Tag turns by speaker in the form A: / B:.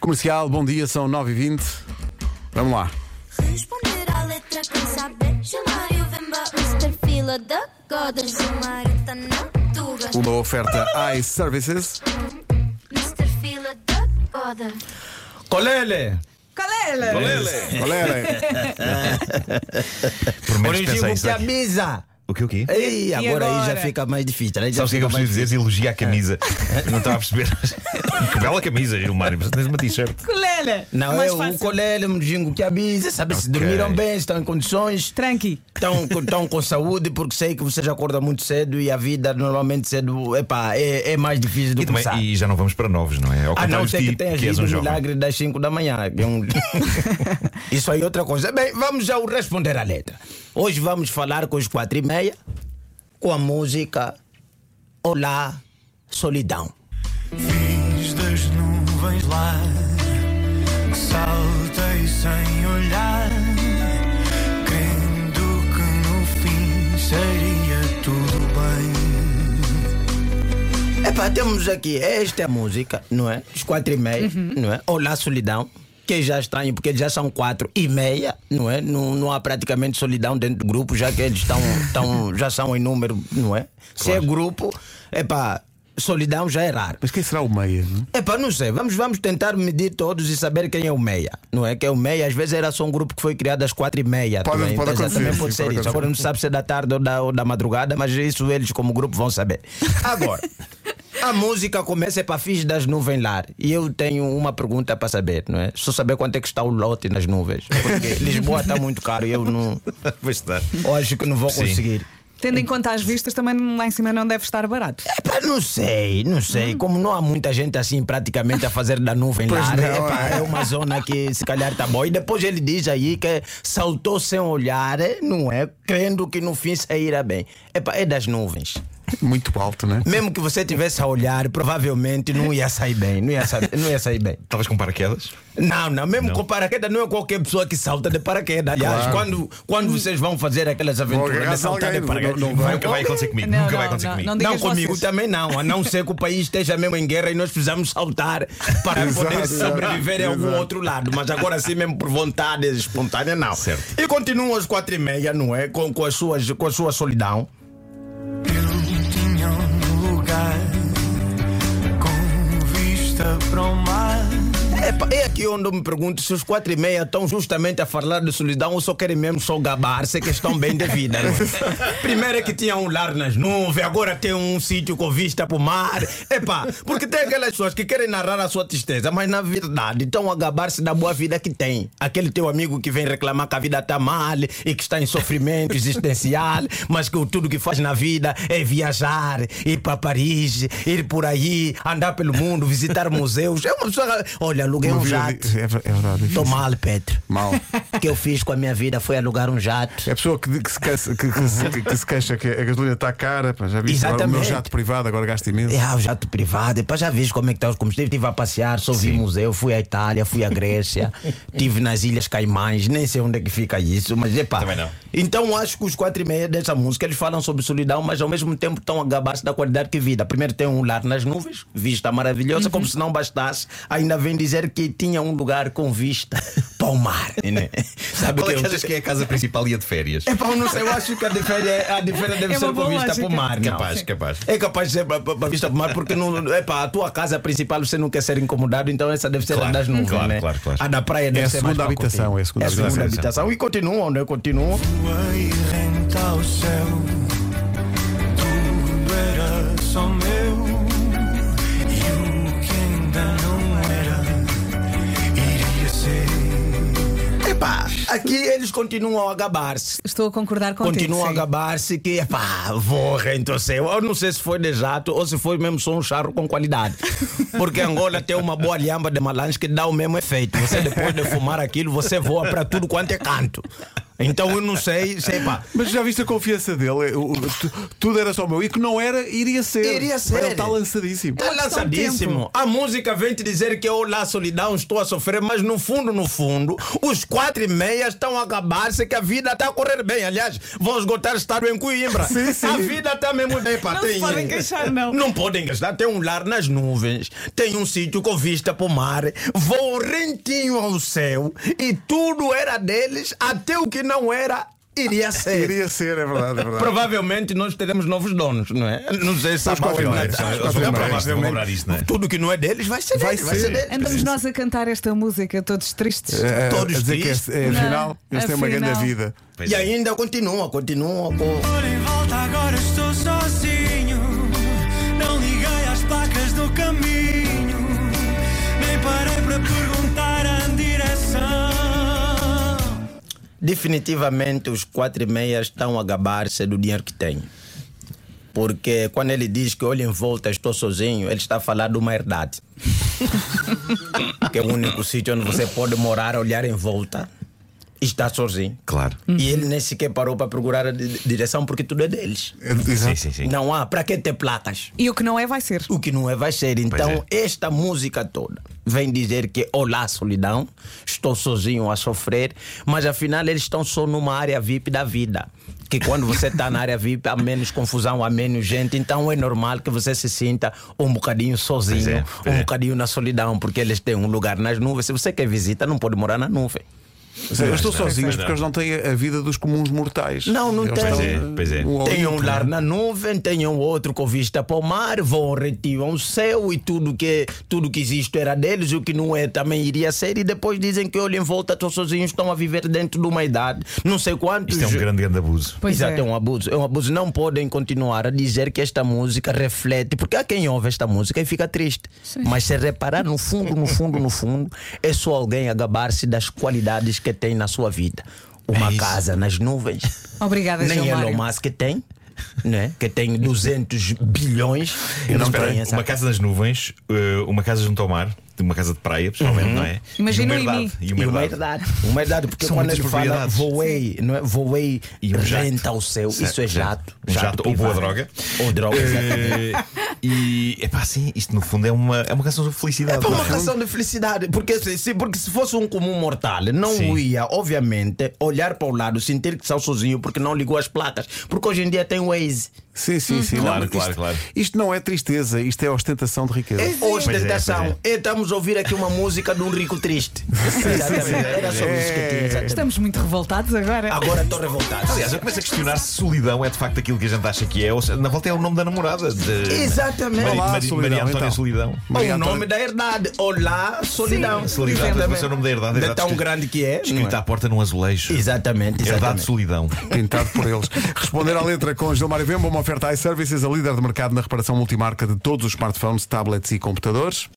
A: Comercial, bom dia, são 9h20. Vamos lá.
B: Responder à letra quem sabe chamar e o Vemba Mr. Fila da Goda Chamar está na Tuga
A: Uma oferta iServices.
B: Mr. Fila da Goda
C: Colele!
D: Calele!
E: É,
C: É.
A: Olé,
E: Por menos pensei
C: Original
E: isso.
C: É que a É, mesa!
E: O que o quê?
C: Ei, agora, aí
D: agora?
C: já fica mais difícil. Aí já
E: Sabes o que é que eu
C: fica
E: preciso
C: mais
E: dizer? Elogia a camisa. Não estava a perceber. que bela camisa, Gilmário. Mas tens uma t-shirt.
D: Colele!
C: Não,
D: Mais
C: é o
D: fácil.
C: colélio, o jingo que avisa, sabe se
E: Ok.
C: dormiram bem, estão em condições,
D: Tranqui.
C: estão, com- estão com saúde, porque sei que vocês acordam muito cedo e a vida normalmente cedo epá, é, é mais difícil do
E: E,
C: que
E: também-
C: começar.
E: e já não vamos para novos, não é? Ao
C: A não
E: contrário de
C: ser que
E: ti,
C: tenha
E: és
C: sido
E: um
C: o
E: jovem.
C: milagre das 5 da manhã. que é um- Isso aí é outra coisa. Bem, vamos já o responder à letra. Hoje vamos falar com os 4 e meia com a música Olá, Solidão.
F: Fiz das nuvens lá que saltei sem olhar, crendo que no fim seria tudo bem.
C: Epá, temos aqui é esta música, não é? Os quatro e meia, não é? Olá, solidão. Que já estranho, porque já são quatro e meia, não é? Não, não há praticamente solidão dentro do grupo, já que eles estão, estão, já são em número, não é? Se é grupo, epá, solidão já é raro.
A: Mas quem será o meia? não?
C: Epá, não sei, vamos, vamos tentar medir todos e saber quem é o meia, não é? Que é o meia, às vezes era só um grupo que foi criado às quatro e meia.
A: Pode-
C: também,
A: pode
C: Então, já
A: acontecer,
C: também
A: sim,
C: pode ser
A: pode
C: isso. Agora não se sabe se é da tarde ou da, ou da madrugada, mas isso eles como grupo vão saber. Agora, a música começa para Fiz das Nuvens Lar e eu tenho uma pergunta para saber, não é? Só saber quanto é que está o lote nas nuvens, porque Lisboa está muito caro e eu não,
E: Vai estar.
C: eu acho que não vou
E: Sim.
C: conseguir.
D: Tendo em conta as vistas, também lá em cima não deve estar barato.
C: Epá, não sei, não sei. Como não há muita gente assim praticamente a fazer da nuvem
A: Hum. Pois
C: lá,
A: não,
C: epá,
A: é.
C: é uma zona que se calhar tá boa. E depois ele diz aí que saltou sem olhar, não é? Crendo que no fim sairá bem. Epá, é das nuvens.
A: Muito alto, né?
C: Mesmo que você tivesse a olhar, provavelmente não ia sair bem. Não ia sair, não ia sair bem.
E: Estavas com paraquedas?
C: Não, não, mesmo com paraquedas não é qualquer pessoa que salta de paraquedas. Aliás,
A: Claro.
C: quando, quando vocês vão fazer aquelas aventuras
A: agarrar-se
C: de saltar
A: alguém,
C: de
A: não-
C: paraquedas,
A: não vai.
E: Nunca vai acontecer comigo.
D: Não,
E: Nunca
D: não,
E: vai acontecer
D: não,
E: comigo.
D: não diga-
C: Não,
D: Digas
C: comigo
D: vocês.
C: também não, a não ser que o país esteja mesmo em guerra e nós precisamos saltar para
A: Exato,
C: poder
A: exato,
C: sobreviver em algum
A: exato.
C: outro lado. Mas agora sim, mesmo por vontade espontânea, não.
E: Certo.
C: E continuam às quatro e meia, não é? Com, com, as suas, com a sua solidão.
F: Eu tinha um lugar com vista para o mar.
C: Epa, é aqui onde eu me pergunto se os quatro e meia estão justamente a falar de solidão ou só querem mesmo só gabar-se que estão bem de vida. não é? Primeiro é que tinha um lar nas nuvens, agora tem um sítio com vista para o mar. Epa, porque tem aquelas pessoas que querem narrar a sua tristeza, mas na verdade estão a gabar-se da boa vida que têm. Aquele teu amigo que vem reclamar que a vida está mal e que está em sofrimento existencial, mas que o tudo que faz na vida é viajar, ir para Paris, ir por aí, andar pelo mundo, visitar museus. É uma pessoa. Olha, aluguei um
A: Uma vida
C: jato.
A: de- É, ver- é verdade.
C: Estou
A: difícil.
C: mal, Pedro.
A: Mal.
C: O que eu fiz com a minha vida foi alugar um jato.
A: É a pessoa que, que se queixa, que, que se- que- que se queixa que a gasolina está cara. pá, já viste agora o meu
C: Exatamente.
A: jato privado, agora gasta imenso.
C: É, o jato privado, depois já vejo como é que está os combustíveis. Estive a passear, só vi museu, fui à Itália, fui à Grécia, estive nas Ilhas Caimãs, nem sei onde é que fica isso, mas epá.
E: Também não.
C: Então acho que os quatro e meia dessa música eles falam sobre solidão, mas ao mesmo tempo estão a gabar-se da qualidade de vida. Primeiro tem um lar nas nuvens, vista maravilhosa, como
E: Uhum.
C: se não bastasse, ainda vem dizer que tinha um lugar com vista para o mar. né? Sabe
E: Qual é
C: eu-
E: que achas que é a casa principal e a de férias?
C: é pá, eu não sei, eu acho que a diferença, a diferença deve
D: É uma
C: ser com
D: boa
C: vista
D: lógica.
C: para o mar. não.
E: Capaz, capaz.
C: É capaz de ser para para- para vista para o mar, porque não, é pá, a tua casa principal você não quer ser incomodado, então essa deve ser
E: Claro,
C: a das nuvens.
E: claro,
C: né?
E: claro, claro.
C: A da praia deve
A: É a
C: ser
A: segunda
C: mais para
A: habitação,
C: curtir.
A: é a segunda
C: é a segunda
E: habitação.
C: habitação. E continuam, né? Continuam.
F: Voei rente ao céu, tudo era só meu. E o que ainda não era, iria ser.
C: Epá, É aqui eles continuam a gabar-se.
D: Estou a concordar contigo.
C: Continuam a
D: sim.
C: gabar-se que, epá, vorra, então sei. Eu não sei se foi de jato ou se foi mesmo só um charro com qualidade. Porque Angola tem uma boa lhamba de malanche que dá o mesmo efeito. Você, depois de fumar aquilo, você voa para tudo quanto é canto. Então eu não sei, sei pá.
A: Mas já viste a confiança dele? O- o- tu- tudo era só meu. E que não era, iria ser.
C: Iria ser.
A: Ele está lançadíssimo.
C: Tá lançadíssimo. A música vem te dizer que eu lá solidão estou a sofrer, mas no fundo, no fundo, os quatro e meia estão a acabar-se que a vida está a correr bem. Aliás, vão esgotar estar em Coimbra.
A: Sim, sim.
C: A vida está mesmo bem para
D: Não se podem queixar, não.
C: Não podem gastar. Tem um lar nas nuvens, tem um sítio com vista para o mar, voo rentinho ao céu e tudo era deles, até o que não era, iria ser.
A: Iria ser, é verdade, é verdade.
C: Provavelmente nós teremos novos donos, não é? Não sei se há
A: Vamos confirmar,
C: mais-
A: vamos
C: É
A: confirmar.
C: provavelmente.
E: Vamos lembrar isto, não é?
C: Tudo que não é deles vai ser
A: Vai
C: deles, vai
A: ser.
C: ser deles.
D: Andamos nós a cantar esta música todos tristes.
A: É,
C: todos
A: a dizer que
C: tristes.
A: é, é, afinal,
D: Não,
A: eles têm uma
D: afinal.
A: grande vida.
E: Pois
C: E
E: é.
C: ainda continua, continua. com-
F: Olho em volta, agora estou sozinho. Não liguei às placas do caminho, nem parei para perguntar a direção.
C: Definitivamente os quatro e meia estão a gabar-se do dinheiro que têm. Porque quando ele diz que olha em volta, estou sozinho, ele está a falar de uma herdade. que é o único sítio onde você pode morar, olhar em volta e estar sozinho.
E: Claro.
C: E ele nem sequer parou para procurar a di- direção porque tudo é deles.
E: Sim, sim, sim.
C: Não há, para que ter placas?
D: E o que não é, vai ser.
C: O que não é, vai ser. Então,
E: é.
C: esta música toda vem dizer que olá, solidão, estou sozinho a sofrer, mas afinal eles estão só numa área VIP da vida. Que quando você está na área VIP há menos confusão, há menos gente, então é normal que você se sinta um bocadinho sozinho,
E: Pois é, pois
C: um
E: é.
C: bocadinho na solidão, porque eles têm um lugar nas nuvens. Se você quer visita, não pode morar na nuvem.
A: Ou seja, eles estão
E: Não,
A: sozinhos
E: não.
A: porque eles não têm a vida dos comuns mortais.
C: Não, não
A: Eles
C: têm.
E: Pois
A: estão,
E: é, pois é.
A: um ao
C: Tem um
A: outro.
C: lar na nuvem, tem um outro com vista para o mar, vão retirar um céu e tudo que, tudo que existe era deles, o que não é também iria ser. E depois dizem que olha em volta, estão sozinhos, estão a viver dentro de uma idade, não sei quantos.
E: Isto é um grande, grande abuso.
D: Pois
C: Exato,
D: é.
C: é. um abuso. É um abuso. Não podem continuar a dizer que esta música reflete, porque há quem ouve esta música e fica triste. Mas se reparar no fundo, no fundo, no fundo, é só alguém a gabar-se das qualidades que tem na sua vida.
E: É
C: Uma casa nas nuvens.
D: Obrigada,
C: um- Nem Elon
D: Gilmário.
C: Musk tem, né? que tem 200 bilhões e
E: Eu
C: não
E: espera,
C: tem essa.
E: uma casa nas nuvens, eh, uma casa junto ao mar, uma casa de praia, principalmente, não é?
D: Imagina
E: e
D: o
E: uma herdade.
D: Imi.
E: E uma
C: Uhum. E uma
E: herdade.
C: herdade. Uma herdade, porque
E: São
C: quando
E: muitas
C: ele fala
E: propriedades.
C: voei, não é? Voei
E: E um jato.
C: renta ao céu, isso é jato.
E: Um jato ou boa
C: privado.
E: droga.
C: Ou droga, exatamente.
E: Eh, e é pá, sim, isto no fundo é uma, é uma canção de felicidade.
C: É para uma
E: não
C: razão de felicidade, porque se, se- porque se fosse um comum mortal, não
E: Sim.
C: ia, obviamente, olhar para o lado, sentir que está sozinho porque não ligou as placas. Porque hoje em dia tem Waze.
A: Sim, sim, sim.
E: Claro,
A: Não,
E: claro,
A: isto,
E: claro.
A: Isto não é tristeza, isto é ostentação de riqueza.
C: É ostentação.
E: Pois é,
C: E Estamos a ouvir aqui uma música de um rico triste. Exatamente. Era sobre isso que eu tinha. exatamente.
D: Estamos muito revoltados agora.
C: Agora estou revoltado.
E: Aliás, eu começo a questionar se solidão é de facto aquilo que a gente acha que é. Ou se, na volta é o nome da namorada. De,
C: Exatamente.
E: Maria,
A: Olá,
E: Maria,
A: solidão,
E: Maria Antônia
A: então.
E: Solidão.
C: o
A: Antônia-
C: nome da herdade. Olá, solidão.
E: Solidão,
D: Exatamente.
E: mas é o nome da herdade.
C: De
E: herdade
C: tão
E: escrita-
C: grande que é. não
E: Escrita à
C: é?
E: porta num azulejo.
C: Exatamente,
E: Herdade de
C: exatamente.
E: solidão.
A: Pintado por eles. Responder à letra com Gilmar Vemba, uma oferta iServices, a líder de mercado na reparação multimarca de todos os smartphones, tablets e computadores.